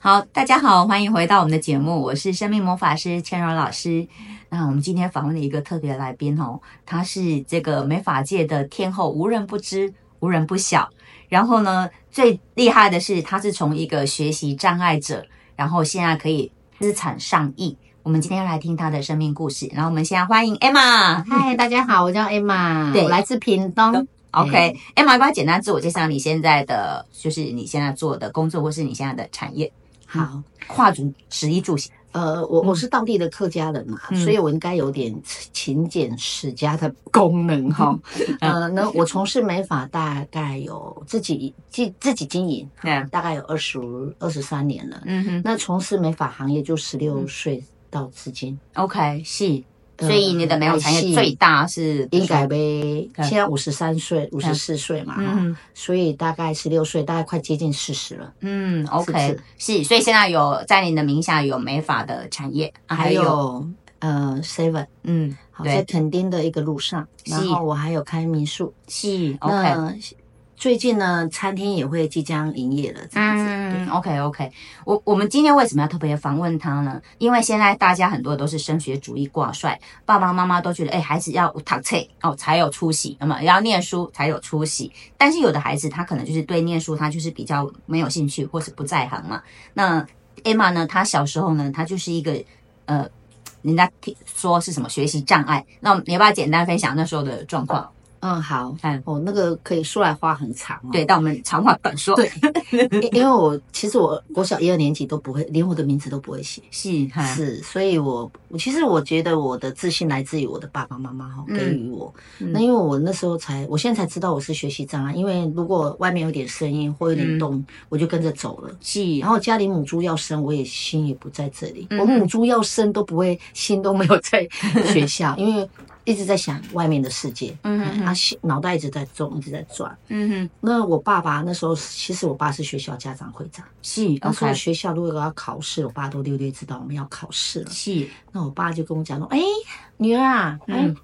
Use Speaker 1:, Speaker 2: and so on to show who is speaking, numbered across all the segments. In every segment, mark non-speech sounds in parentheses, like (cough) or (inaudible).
Speaker 1: 好，大家好，欢迎回到我们的节目，我是生命魔法师千柔老师。那我们今天访问的一个特别来宾哦，她是这个美发界的天后，无人不知，无人不晓。然后呢，最厉害的是，她是从一个学习障碍者，然后现在可以资产上亿。我们今天要来听她的生命故事，然后我们现在欢迎 Emma。
Speaker 2: 嗨，
Speaker 1: (laughs)
Speaker 2: 大家好，我叫 Emma，
Speaker 1: 对
Speaker 2: 我来自屏东。
Speaker 1: OK，哎，麻瓜，简单自我介绍你现在的，就是你现在做的工作，或是你现在的产业，
Speaker 2: 好，
Speaker 1: 跨足食衣住行。
Speaker 2: 呃，我我是当地的客家人嘛，
Speaker 1: 嗯
Speaker 2: 所以我应该有点勤俭持家的功能哈。
Speaker 1: 嗯
Speaker 2: 呃，那我从事美发大概有自己自自己经营，啊
Speaker 1: 对，
Speaker 2: 大概有二十二十三年了。
Speaker 1: 嗯哼
Speaker 2: 那从事美发行业就十六岁到至今，
Speaker 1: ，OK，是。
Speaker 2: 呃
Speaker 1: 嗯所以你的美容产业最大是
Speaker 2: 应该呗。
Speaker 1: 对
Speaker 2: 现在五十三岁、五十四岁嘛，哈，
Speaker 1: 嗯
Speaker 2: 所以大概十六岁，大概快接近四十了。
Speaker 1: 嗯
Speaker 2: 是
Speaker 1: ，OK，是。所以现在有在你的名下有美发的产业，啊
Speaker 2: 还有呃，seven。
Speaker 1: 嗯，
Speaker 2: 好，
Speaker 1: 对
Speaker 2: 在垦丁的一个路上，
Speaker 1: 是
Speaker 2: 然后我还有开民宿。
Speaker 1: 是 OK。
Speaker 2: 那最近呢，餐厅也会即将营业了，这样子。
Speaker 1: 嗯，OK OK，我我们今天为什么要特别访问他呢？因为现在大家很多都是升学主义挂帅，爸爸妈妈都觉得，哎、孩子要读册哦才有出息，那么要念书才有出息。但是有的孩子他可能就是对念书他就是比较没有兴趣，或是不在行嘛。那 Emma 呢，她小时候呢，她就是一个呃，人家听说是什么学习障碍，那我们你要不要简单分享那时候的状况？
Speaker 2: 嗯，好
Speaker 1: 嗯，
Speaker 2: 哦，那个可以说来话很长哦。
Speaker 1: 对，但我们长话短说，
Speaker 2: 对，因因为我其实我国小一二年级都不会，连我的名字都不会写，
Speaker 1: 是哈，
Speaker 2: 是，所以我我其实我觉得我的自信来自于我的爸爸妈妈哈
Speaker 1: 嗯
Speaker 2: 给予我。
Speaker 1: 嗯
Speaker 2: 那因为我那时候才，我现在才知道我是学习障碍，因为如果外面有点声音或有
Speaker 1: 嗯
Speaker 2: 点动，我就跟着走了。
Speaker 1: 是
Speaker 2: 然后家里母猪要生，我也心也不在这里。
Speaker 1: 嗯
Speaker 2: 我母猪要生都不会，心都没有在学校，
Speaker 1: (laughs)
Speaker 2: 因为一直在想外面的世界，
Speaker 1: 嗯哼
Speaker 2: 哎啊，心脑袋一直在动，一直在转。
Speaker 1: 嗯哼，
Speaker 2: 那我爸爸那时候，其实我爸是学校家长会长。
Speaker 1: 是
Speaker 2: 那时候
Speaker 1: OK，
Speaker 2: 学校如果要考试，我爸都略略知道我们要考试了。
Speaker 1: 是。
Speaker 2: 那我爸就跟我讲说：“哎，女儿啊，哎、
Speaker 1: 嗯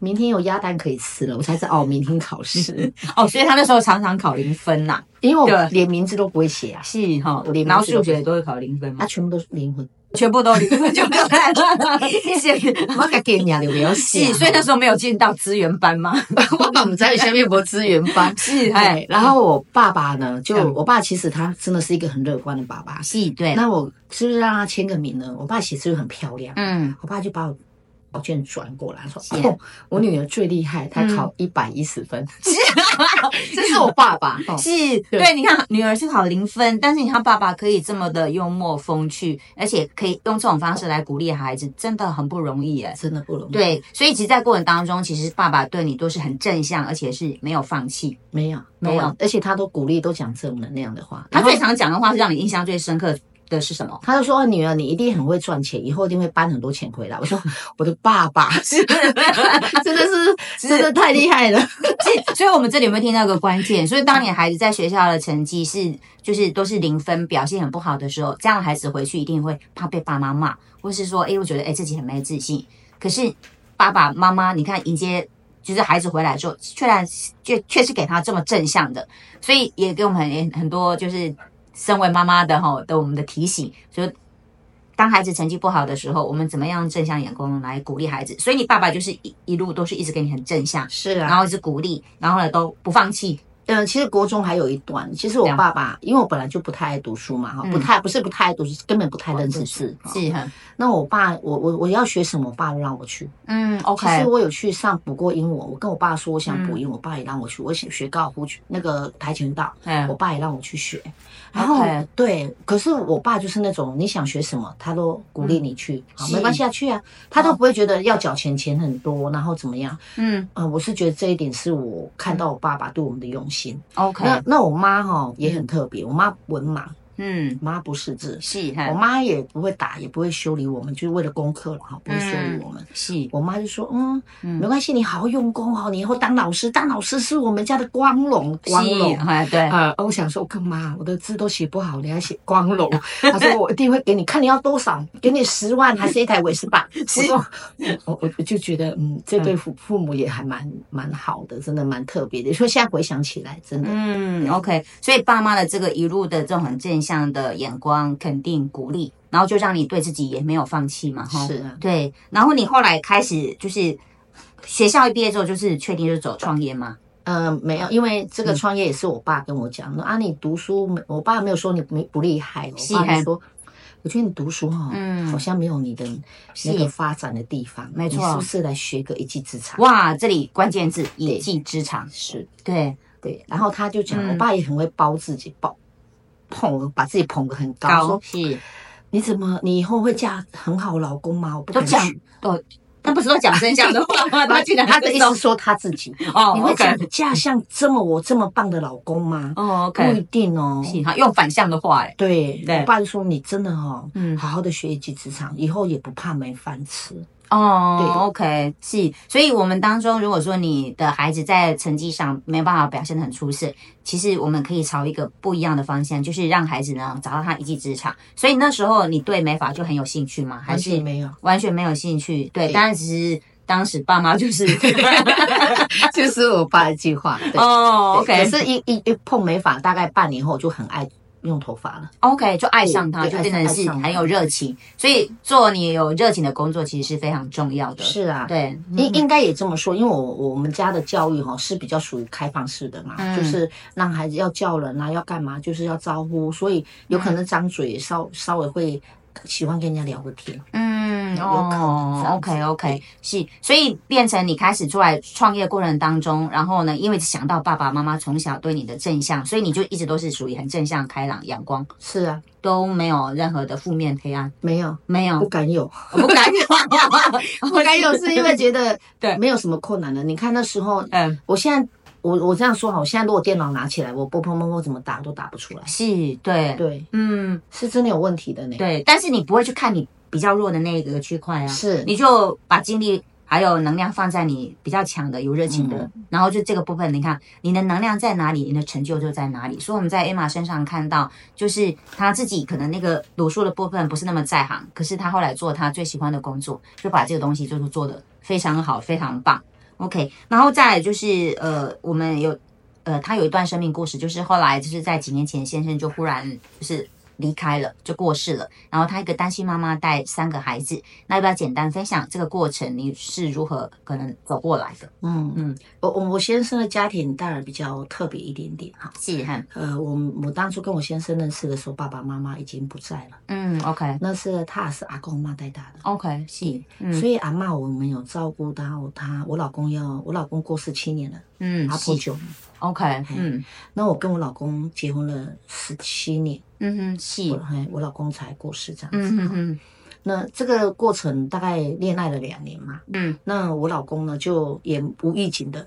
Speaker 2: 明天有鸭蛋可以吃了。”我才知道哦，明天考
Speaker 1: (laughs)
Speaker 2: 试，
Speaker 1: 哦，所以他那时候常常考零分呐、
Speaker 2: 因为我
Speaker 1: 对
Speaker 2: 连名字都不会写啊，
Speaker 1: 是哈
Speaker 2: 我连
Speaker 1: 然后
Speaker 2: 名字
Speaker 1: 数
Speaker 2: 都不
Speaker 1: 学也都会考零分
Speaker 2: 啊，
Speaker 1: 嘛，
Speaker 2: 全部都是
Speaker 1: (laughs)
Speaker 2: 灵魂。
Speaker 1: 全部都零分就对了，是
Speaker 2: 我给给你啊，你不要写啊、
Speaker 1: (laughs) 是，所以那时候没有进到资源班嘛，。
Speaker 2: (laughs) 我爸我们在下面博资源班 (laughs)
Speaker 1: 是
Speaker 2: 哎
Speaker 1: 哎，，
Speaker 2: 然后我爸爸呢，就
Speaker 1: 嗯
Speaker 2: 我爸其实他真的是一个很乐观的爸爸。
Speaker 1: 是对，
Speaker 2: 那我是不是让他签个名呢？我爸写字又很漂亮，
Speaker 1: 嗯，
Speaker 2: 我爸就把我考卷转过来说
Speaker 1: 是：“
Speaker 2: 哦，我女儿最厉害，她
Speaker 1: 嗯
Speaker 2: 考一百一十分。” (laughs) 这是我爸爸。哦
Speaker 1: 是
Speaker 2: 对
Speaker 1: 对，你看女儿是考零分，但是你看爸爸可以这么的幽默风趣，而且可以用这种方式来鼓励孩子，真的很不容易哎。
Speaker 2: 真的不容易，，
Speaker 1: 对，所以其实，在过程当中，其实爸爸对你都是很正向，而且是没有放弃。
Speaker 2: 没有
Speaker 1: 没有，
Speaker 2: 而且他都鼓励，都讲正能量的话。
Speaker 1: 他
Speaker 2: 然后
Speaker 1: 最常讲的话是让你印象最深刻的是什么？
Speaker 2: 他就说：“哦女儿，你一定很会赚钱，以后一定会搬很多钱回来。”我说：“我的爸爸 (laughs) 是，真的是，真的太厉害了。
Speaker 1: 是，所以我们这里有没有听到一个关键？所以当你孩子在学校的成绩是就是都是零分，表现很不好的时候，这样的孩子回去一定会怕被爸妈骂，或是说，哎，我觉得哎自己很没自信。可是爸爸妈妈，你看迎接。就是孩子回来之后，确然确确实给他这么正向的，所以也给我们很很多就是身为妈妈的哈的我们的提醒，就是当孩子成绩不好的时候，我们怎么样正向眼光来鼓励孩子。所以你爸爸就是一一路都是一直给你很正向”，
Speaker 2: 是
Speaker 1: 然，后一直鼓励，然后呢都不放弃。
Speaker 2: 嗯，其实国中还有一段，其实我爸爸，因为我本来就不太爱读书嘛，哈、
Speaker 1: 嗯
Speaker 2: 不太不是不太爱读书，是根本不太认识字。哈
Speaker 1: 是很
Speaker 2: 那我爸，我我我要学什么，我爸都让我去。
Speaker 1: 嗯
Speaker 2: 其实我有去上补过英文，我跟我爸说我想补英
Speaker 1: 嗯
Speaker 2: 文，我爸也让我去。我想学高尔夫球那个跆拳道，我
Speaker 1: 嗯
Speaker 2: 爸也让我去学。然后
Speaker 1: OK
Speaker 2: 对，可是我爸就是那种你想学什么，他都鼓励你去，好
Speaker 1: 嗯是哦
Speaker 2: 没关系啊，去啊，他都不会觉得要缴钱，钱很多，然后怎么样？
Speaker 1: 嗯
Speaker 2: 呃，我是觉得这一点是我看到我爸爸对我们的用心。
Speaker 1: ，OK，
Speaker 2: 那那我妈哈、也很特别，我妈文盲，
Speaker 1: 嗯
Speaker 2: 我妈不识字，
Speaker 1: 是
Speaker 2: 我
Speaker 1: 很
Speaker 2: 妈也不会打，也不会修理我们，就是为了功课了哈，不会修理我们。
Speaker 1: 是
Speaker 2: 我妈就说：“嗯，
Speaker 1: 嗯
Speaker 2: 没关系，你好好用功哦，你以后当老师，当老师是我们家的光荣，光荣。”
Speaker 1: 是哎对
Speaker 2: 呃，我想说，我干嘛？我的字都写不好，你还写光 (laughs) 荣？他说我一定会给你，看你要多少，给你十万，还 (laughs) 是一台伟士版？我说，嗯我我我就觉得，嗯，这对父父母也还蛮蛮好的，真的蛮特别的。说现在回想起来，真的，
Speaker 1: 嗯，OK，所以爸妈的这个一路的这种很正向的眼光、肯定、鼓励，然后就让你对自己也没有放弃嘛，哈。
Speaker 2: 是啊，
Speaker 1: 对，然后你后来开始就是学校一毕业之后，就是确定就是走创业嘛，
Speaker 2: 呃，没
Speaker 1: 嗯
Speaker 2: 有，因为这个创业也是我爸跟我讲的、啊，你读书没，我爸没有说你没不厉害，
Speaker 1: 是
Speaker 2: 我爸就说，我觉得你读书哈、
Speaker 1: 嗯
Speaker 2: 好像没有你的
Speaker 1: 是
Speaker 2: 那个发展的地方，
Speaker 1: 没错
Speaker 2: 你是不是来学个一技之长？
Speaker 1: 哇，这里关键字一技之长，
Speaker 2: 是
Speaker 1: 对，
Speaker 2: 对，然后他就讲，
Speaker 1: 嗯
Speaker 2: 我爸也很会包自己，包捧把自己捧得很高，
Speaker 1: 高
Speaker 2: 说
Speaker 1: 是
Speaker 2: 你怎么你以后会嫁很好老公吗？我不
Speaker 1: 都
Speaker 2: 敢
Speaker 1: 讲
Speaker 2: 娶
Speaker 1: 哦，那不是都讲真相的话
Speaker 2: (laughs)
Speaker 1: 吗？他居然
Speaker 2: 他
Speaker 1: 还
Speaker 2: 的
Speaker 1: 知
Speaker 2: 意
Speaker 1: 道
Speaker 2: 思说他自己，
Speaker 1: 哦
Speaker 2: 你会
Speaker 1: ，OK，
Speaker 2: 嫁嫁像这么我这么棒的老公吗？
Speaker 1: 哦
Speaker 2: 不一
Speaker 1: ，OK，
Speaker 2: 定哦。
Speaker 1: 是哈，用反向的话，哎，
Speaker 2: 对，
Speaker 1: 对
Speaker 2: 我爸就说你真的哦，
Speaker 1: 嗯
Speaker 2: 好好的学一技之长，以后也不怕没饭吃。对
Speaker 1: 哦，OK，是，所以我们当中，如果说你的孩子在成绩上没办法表现得很出色，其实我们可以朝一个不一样的方向，就是让孩子呢找到他一技之长。所以那时候你对美发就很有兴趣吗？还
Speaker 2: 完全
Speaker 1: 是
Speaker 2: (laughs) 没有，
Speaker 1: 完全没有兴趣？对，
Speaker 2: 对
Speaker 1: 当然只是当时爸妈
Speaker 2: (laughs)
Speaker 1: 就是
Speaker 2: 啊就是我爸的计划。对
Speaker 1: 哦
Speaker 2: 对
Speaker 1: ，OK，
Speaker 2: 可是一一一碰美发，大概半年后我就很爱用头发了。
Speaker 1: OK，就爱上他，
Speaker 2: 对
Speaker 1: 就
Speaker 2: 爱
Speaker 1: 变
Speaker 2: 上
Speaker 1: 成
Speaker 2: 爱
Speaker 1: 是
Speaker 2: 上他
Speaker 1: 很有热情。所以做你有热情的工作其实是非常重要的。
Speaker 2: 是啊，
Speaker 1: 对，
Speaker 2: 应应该也这么说，因为我我们家的教育哈、是比较属于开放式的嘛，
Speaker 1: 嗯
Speaker 2: 就是让孩子要叫人啊，要干嘛，就是要招呼，所以有可能张嘴也稍稍微会喜欢跟人家聊个天。
Speaker 1: 嗯，
Speaker 2: 有可能
Speaker 1: 哦
Speaker 2: 这样子
Speaker 1: ，OK OK，是，所以变成你开始出来创业过程当中，然后呢，因为想到爸爸妈妈从小对你的正向，所以你就一直都是属于很正向、开朗、阳光，
Speaker 2: 是啊，
Speaker 1: 都没有任何的负面黑暗，
Speaker 2: 没有
Speaker 1: 没有
Speaker 2: 不，敢有，
Speaker 1: 我不
Speaker 2: (laughs)
Speaker 1: 敢，
Speaker 2: 嗯不敢有是因 (laughs) 为觉得
Speaker 1: 对
Speaker 2: 没有什么困难的。你看那时候，
Speaker 1: 嗯，
Speaker 2: 我现在我我这样说好，我现在如果电脑拿起来，我砰砰砰砰怎么打都打不出来。
Speaker 1: 是，对，
Speaker 2: 对，
Speaker 1: 嗯，
Speaker 2: 是真的有问题的呢。
Speaker 1: 对，但是你不会去看你比较弱的那一个区块啊，
Speaker 2: 是
Speaker 1: 你就把精力还有能量放在你比较强的、有热情的，然后就这个部分，你看你的能量在哪里，你的成就就在哪里。所以我们在 Emma 身上看到，就是她自己可能那个鲁肃的部分不是那么在行，可是她后来做她最喜欢的工作，就把这个东西就是做的非常好，非常棒。OK，然后再来就是呃，我们有呃，他有一段生命故事，就是后来就是在几年前，先生就忽然就是离开了，就过世了。然后他一个单亲妈妈带三个孩子，那要不要简单分享这个过程？你是如何可能走过来的？
Speaker 2: 嗯
Speaker 1: 嗯
Speaker 2: 嗯，我我我先生的家庭当然比较特别一点点哈。
Speaker 1: 是很
Speaker 2: 呃，我们我当初跟我先生认识的时候，爸爸妈妈已经不在了，
Speaker 1: 嗯，OK
Speaker 2: 那是他也是阿公阿妈带大的，
Speaker 1: OK，是嗯
Speaker 2: 所以阿妈我们有照顾到他。我老公要，我老公过世七年了，
Speaker 1: 嗯
Speaker 2: 阿婆
Speaker 1: 是
Speaker 2: 九年。
Speaker 1: OK 嗯
Speaker 2: 那我跟我老公结婚了十七年，
Speaker 1: 嗯哼
Speaker 2: 我
Speaker 1: 是
Speaker 2: 嘿我老公才过世这样子。
Speaker 1: 嗯哼哼
Speaker 2: 那这个过程大概恋爱了两年嘛，
Speaker 1: 嗯
Speaker 2: 那我老公呢就也无预警的，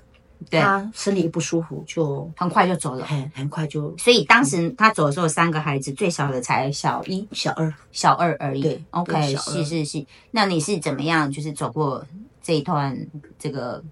Speaker 1: 对，
Speaker 2: 他身体一不舒服就
Speaker 1: 很快就走了。
Speaker 2: 很很快就
Speaker 1: 所以当时他走的时候，三个孩子最小的才小一、
Speaker 2: 小二。
Speaker 1: 小二而已。
Speaker 2: 对对
Speaker 1: ，OK，
Speaker 2: 小二
Speaker 1: 是是是。那你是怎么样，就是走过这一段这个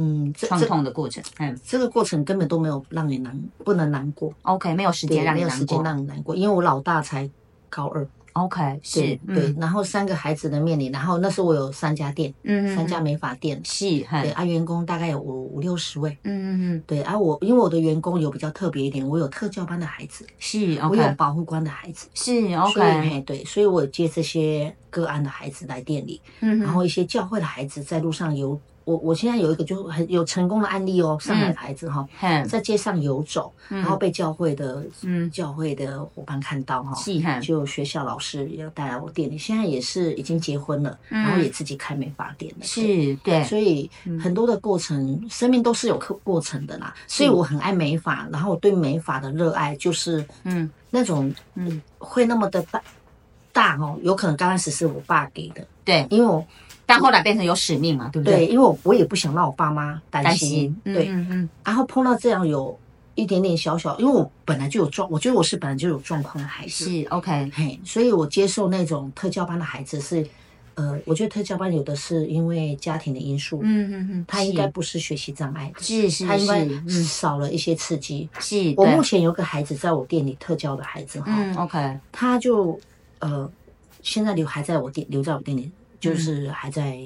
Speaker 2: 嗯，这
Speaker 1: 创
Speaker 2: 这
Speaker 1: 痛的过程？嗯
Speaker 2: 这个过程根本都没有让你难，不能难过，
Speaker 1: ，OK，没有时
Speaker 2: 对
Speaker 1: 间让
Speaker 2: 没
Speaker 1: 你
Speaker 2: 有时
Speaker 1: 难
Speaker 2: 间
Speaker 1: 过。
Speaker 2: 让你难过，因为我老大才高二，
Speaker 1: OK，是
Speaker 2: 对，对，然后三个孩子的面临，然后那时候我有三家店，
Speaker 1: 嗯
Speaker 2: 三家美发店，
Speaker 1: 是
Speaker 2: 对，
Speaker 1: 很
Speaker 2: 啊，员工大概有五五六十位，
Speaker 1: 嗯嗯
Speaker 2: 对，啊，我因为我的员工有比较特别一点，我有特教班的孩子，
Speaker 1: 是
Speaker 2: 我有
Speaker 1: OK
Speaker 2: 保护官的孩子
Speaker 1: 是
Speaker 2: 所以
Speaker 1: OK，
Speaker 2: 嘿对，所以我有接这些个案的孩子来店里，
Speaker 1: 嗯
Speaker 2: 然后一些教会的孩子在路上游，我我现在有一个就很有成功的案例哦，上海的孩子哈、
Speaker 1: 很
Speaker 2: 在街上游走，
Speaker 1: 嗯
Speaker 2: 然后被教会的
Speaker 1: 嗯
Speaker 2: 教会的伙伴看到哈、
Speaker 1: 是很
Speaker 2: 就学校老师也要带来我店里，现在也是已经结婚了，
Speaker 1: 嗯
Speaker 2: 然后也自己开美发店了。
Speaker 1: 是嗯对
Speaker 2: 对，所以很多的过程，生命都是有过过程的啦。所以我很爱美发，然后我对美发的热爱就是
Speaker 1: 嗯
Speaker 2: 那种
Speaker 1: 嗯
Speaker 2: 会那么的大大哦，有可能刚开始是我爸给的，
Speaker 1: 对，
Speaker 2: 因为我
Speaker 1: 但后来变成有使命嘛，对不
Speaker 2: 对，？因为我我也不想让我爸妈担
Speaker 1: 担
Speaker 2: 心
Speaker 1: 心，，
Speaker 2: 对，
Speaker 1: 嗯嗯
Speaker 2: 然后碰到这样有一点点小小，因为我本来就有状，我觉得我是本来就有状况的孩
Speaker 1: 嗯
Speaker 2: 子，
Speaker 1: 是 OK，
Speaker 2: 嘿，所以我接受那种特教班的孩子是，呃，我觉得特教班有的是因为家庭的因素，
Speaker 1: 嗯嗯嗯，
Speaker 2: 他应该不是学习障碍的，
Speaker 1: 是是
Speaker 2: 他
Speaker 1: 是
Speaker 2: 应
Speaker 1: 是
Speaker 2: 该
Speaker 1: 嗯
Speaker 2: 少了一些刺激。
Speaker 1: 是，
Speaker 2: 我
Speaker 1: 对
Speaker 2: 目前有个孩子在我店里特教的孩子哈，
Speaker 1: 嗯 OK
Speaker 2: 他就呃现在留还在我店留在我店里，就是还在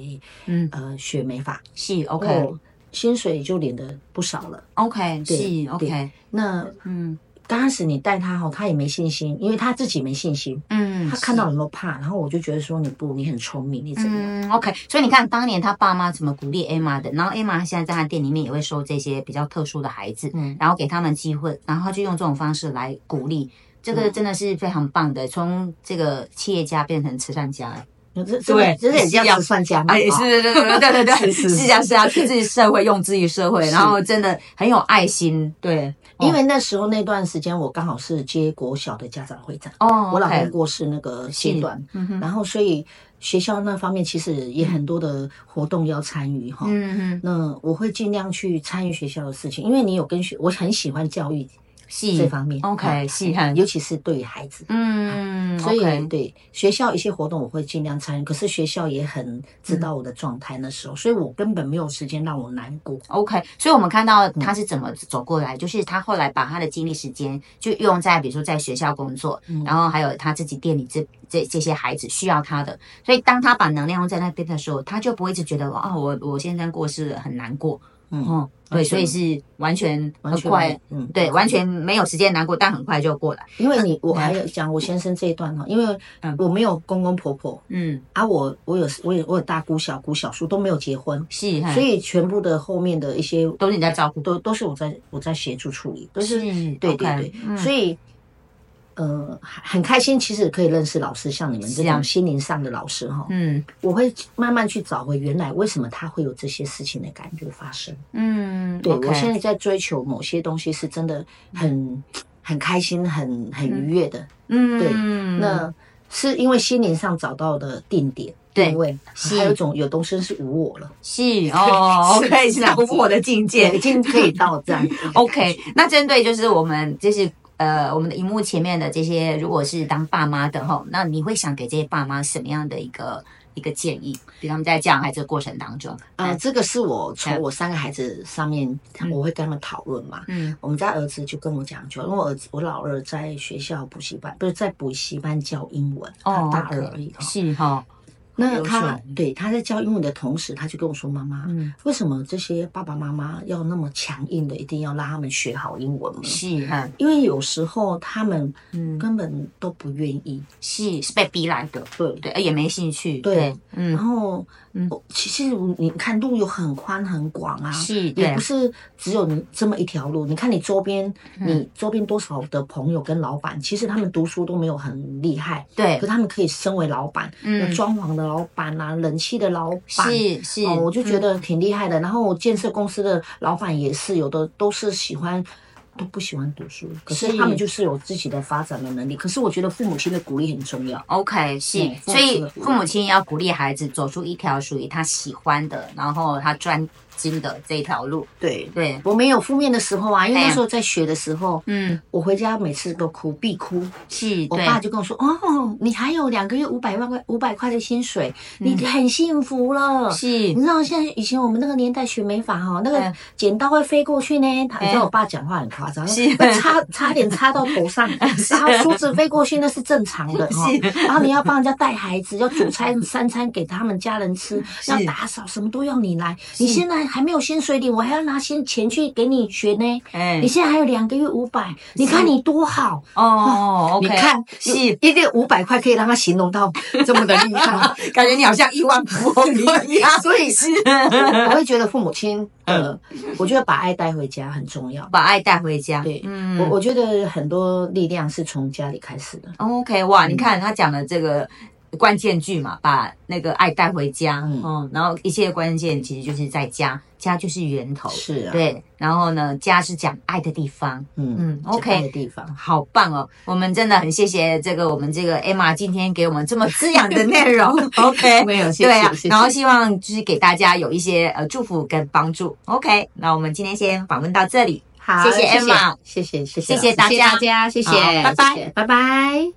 Speaker 1: 嗯
Speaker 2: 呃学美发
Speaker 1: 是 OK
Speaker 2: 哦薪水就领的不少了。
Speaker 1: OK
Speaker 2: 对
Speaker 1: 是 OK
Speaker 2: 那
Speaker 1: 嗯
Speaker 2: 当时你带他哈，他也没信心，因为他自己没信心，
Speaker 1: 嗯
Speaker 2: 他看到你都怕。然后我就觉得说你不，你很聪明，你怎么样？
Speaker 1: 嗯，OK，所以你看，当年他爸妈怎么鼓励 Emma 的，然后 Emma 现在在他店里面也会收这些比较特殊的孩子，
Speaker 2: 嗯
Speaker 1: 然后给他们机会，然后他就用这种方式来鼓励，这个真的是非常棒的，从这个企业家变成慈善家，哎
Speaker 2: 这这
Speaker 1: 对
Speaker 2: 这也叫
Speaker 1: 是要
Speaker 2: 慈善家嘛？
Speaker 1: 哎，
Speaker 2: 啊
Speaker 1: 是，对对对对对对，
Speaker 2: 是是
Speaker 1: 是啊是啊，取之于社会，用之于社会，
Speaker 2: 是
Speaker 1: 然后真的很有爱心，对，哦
Speaker 2: 因为那时候那段时间我刚好是接国小的家长会长，
Speaker 1: 哦，
Speaker 2: 我老
Speaker 1: OK
Speaker 2: 公过世那个阶段，
Speaker 1: 嗯哼，
Speaker 2: 然后所以学校那方面其实也很多的活动要参与哈。
Speaker 1: 嗯哼，
Speaker 2: 那我会尽量去参与学校的事情，因为你有跟学，我很喜欢教育这
Speaker 1: 戏
Speaker 2: 方面。
Speaker 1: 嗯
Speaker 2: 哎
Speaker 1: ，OK，戏很，
Speaker 2: 尤其是对于孩子。
Speaker 1: 嗯，
Speaker 2: 所以
Speaker 1: OK
Speaker 2: 对学校一些活动我会尽量参与，可是学校也很
Speaker 1: 嗯
Speaker 2: 知道我的状态那时候，所以我根本没有时间让我难过。
Speaker 1: OK，所以我们看到他是怎么走过来，就是他后来把他的精力时间就用在比如说在学校工作，
Speaker 2: 嗯
Speaker 1: 然后还有他自己店里这这这些孩子需要他的，所以当他把能量用在那边的时候，他就不会一直觉得哦，我我先生过世了很难过，
Speaker 2: 嗯
Speaker 1: 哦，对，
Speaker 2: 完全
Speaker 1: 所以是完全
Speaker 2: 完
Speaker 1: 很
Speaker 2: 全
Speaker 1: 快，，
Speaker 2: 嗯，
Speaker 1: 对，完全没有时间难过，但很快就过来，
Speaker 2: 因为你我还有讲我先生这一段哈，因为
Speaker 1: 嗯
Speaker 2: 我没有公公婆婆
Speaker 1: 嗯，
Speaker 2: 啊，我我有我有我有大姑小姑小叔都没有结婚，
Speaker 1: 是，嘿
Speaker 2: 所以全部的后面的一些
Speaker 1: 都是你在照顾，
Speaker 2: 都都是我在我在协助处理，都
Speaker 1: 都
Speaker 2: 是对对对，所
Speaker 1: 以
Speaker 2: 以。呃，很开心，其实可以认识老师，像你们这
Speaker 1: 是啊
Speaker 2: 种心灵上的老师哈，
Speaker 1: 嗯
Speaker 2: 我会慢慢去找回原来为什么他会有这些事情的感觉发生。
Speaker 1: 嗯，
Speaker 2: 对
Speaker 1: OK
Speaker 2: 我现在在追求某些东西，是真的很 (clears throat) 很开心、很很愉悦的。
Speaker 1: 嗯
Speaker 2: 那是因为心灵上找到的定点，
Speaker 1: 对
Speaker 2: 因为
Speaker 1: 是
Speaker 2: 还有一种有东西是无我了，
Speaker 1: 是哦，OK，是 (laughs) 突破我的境
Speaker 2: 也
Speaker 1: 界
Speaker 2: 已。经可以到这样。
Speaker 1: (laughs) OK，那针对就是我们就是呃我们的荧幕前面的这些，如果是当爸妈的吼，那你会想给这些爸妈什么样的一个一个建议？比如他们在教养孩子的过程当中，
Speaker 2: 啊，
Speaker 1: 嗯
Speaker 2: 这个是我从我三个孩子上面，我会跟他们讨论嘛。
Speaker 1: 嗯
Speaker 2: 我们家儿子就跟我讲，就因为我儿子我老二在学校补习班，不是在补习班教英文，他
Speaker 1: 哦
Speaker 2: 大二
Speaker 1: OK
Speaker 2: 而已哈。
Speaker 1: 是哈，
Speaker 2: 那
Speaker 1: 优
Speaker 2: 他
Speaker 1: 秀
Speaker 2: 对他在教英文的同时，他就跟我说：“妈妈，
Speaker 1: 嗯
Speaker 2: 为什么这些爸爸妈妈要那么强硬的一定要让他们学好英文呢？
Speaker 1: 是哈，嗯
Speaker 2: 因为有时候他们
Speaker 1: 嗯
Speaker 2: 根本都不愿意。
Speaker 1: 是是被逼来的，
Speaker 2: 对，
Speaker 1: 对，也没兴趣，
Speaker 2: 对，然
Speaker 1: 嗯
Speaker 2: 后
Speaker 1: 嗯
Speaker 2: 哦其实你看路有很宽很广啊，
Speaker 1: 是，
Speaker 2: 也
Speaker 1: 对
Speaker 2: 不，是只有你这么一条路。你看你周边，
Speaker 1: 嗯
Speaker 2: 你周边多少的朋友跟老板，其实他们读书都没有很厉害，
Speaker 1: 对
Speaker 2: 可，他们可以身为老板，有
Speaker 1: 嗯，
Speaker 2: 装潢的老板啊，冷气的老板。”
Speaker 1: 是是，嗯
Speaker 2: 哦，我就觉得挺厉害的。然后我建设公司的老板也是，有的都是喜欢。都不喜欢读书，可是
Speaker 1: 是
Speaker 2: 他们就是有自己的发展的能力。可是我觉得父母亲的鼓励很重要。
Speaker 1: OK，是
Speaker 2: 对，父母
Speaker 1: 所以
Speaker 2: 亲的鼓励
Speaker 1: 父母亲要鼓励孩子走出一条属于他喜欢的，然后他专精的这一条路。
Speaker 2: 对，
Speaker 1: 对，
Speaker 2: 我没有负面的时候啊，因为
Speaker 1: 哎
Speaker 2: 那时候在学的时候，
Speaker 1: 嗯，
Speaker 2: 我回家每次都哭，必哭。
Speaker 1: 是，
Speaker 2: 我
Speaker 1: 对，
Speaker 2: 爸就跟我说：“哦，你还有两个月五百万块五百块的薪水，你很幸福了。
Speaker 1: 嗯是
Speaker 2: 你，知道现在以前我们那个年代学美法哈，那
Speaker 1: 嗯
Speaker 2: 个剪刀会飞过去呢。他你知
Speaker 1: 嗯
Speaker 2: 道我爸讲话很夸张，
Speaker 1: 是
Speaker 2: 插差点插到
Speaker 1: (laughs)
Speaker 2: 头上，然后梳子飞过去那是正常的哈。然后你要帮人家带孩子，要煮餐三餐给他们家人吃，要打扫，什么都要你来。你现在还没有薪水领，我还要拿薪钱去给你学呢。
Speaker 1: 哎
Speaker 2: 你，现在还有两个月五百，你看你多好。 (laughs)
Speaker 1: 哦
Speaker 2: 你
Speaker 1: ，OK，
Speaker 2: 看，
Speaker 1: 是，
Speaker 2: 一个五百块可以让他形容到这么的厉害。。
Speaker 1: 感觉你好像亿万富翁一样
Speaker 2: (laughs) 所以
Speaker 1: 是，
Speaker 2: 我会觉得父母亲，呃，我觉得把爱带回家很重要。
Speaker 1: 把爱带回家。
Speaker 2: (laughs) 对
Speaker 1: 嗯，
Speaker 2: 我我觉得很多力量是从家里开始的。
Speaker 1: 哦 OK，哇，
Speaker 2: 嗯
Speaker 1: 你看他讲的这个关键句嘛，把那个爱带回家，
Speaker 2: 嗯
Speaker 1: 嗯，然后一切的关键其实就是在家，家就是源头，
Speaker 2: 是啊，，
Speaker 1: 对，然后呢，家是讲爱的地方，
Speaker 2: 嗯
Speaker 1: 嗯
Speaker 2: 这样
Speaker 1: ，OK。
Speaker 2: 的地方。
Speaker 1: 好棒哦！我们真的很谢谢这个我们这个 Emma 今天给我们这么滋养的内
Speaker 2: (laughs)
Speaker 1: 容 (laughs) ，OK？
Speaker 2: 没有，谢
Speaker 1: 对啊
Speaker 2: 谢，谢，
Speaker 1: 然后希望就是给大家有一些呃祝福跟帮助，OK？那我们今天先访问到这里，
Speaker 2: 好，
Speaker 1: 谢谢 Emma
Speaker 2: 谢谢谢
Speaker 1: 谢
Speaker 2: 谢
Speaker 1: 谢大家
Speaker 2: 大家，谢谢，
Speaker 1: 好拜拜
Speaker 2: 谢谢拜拜。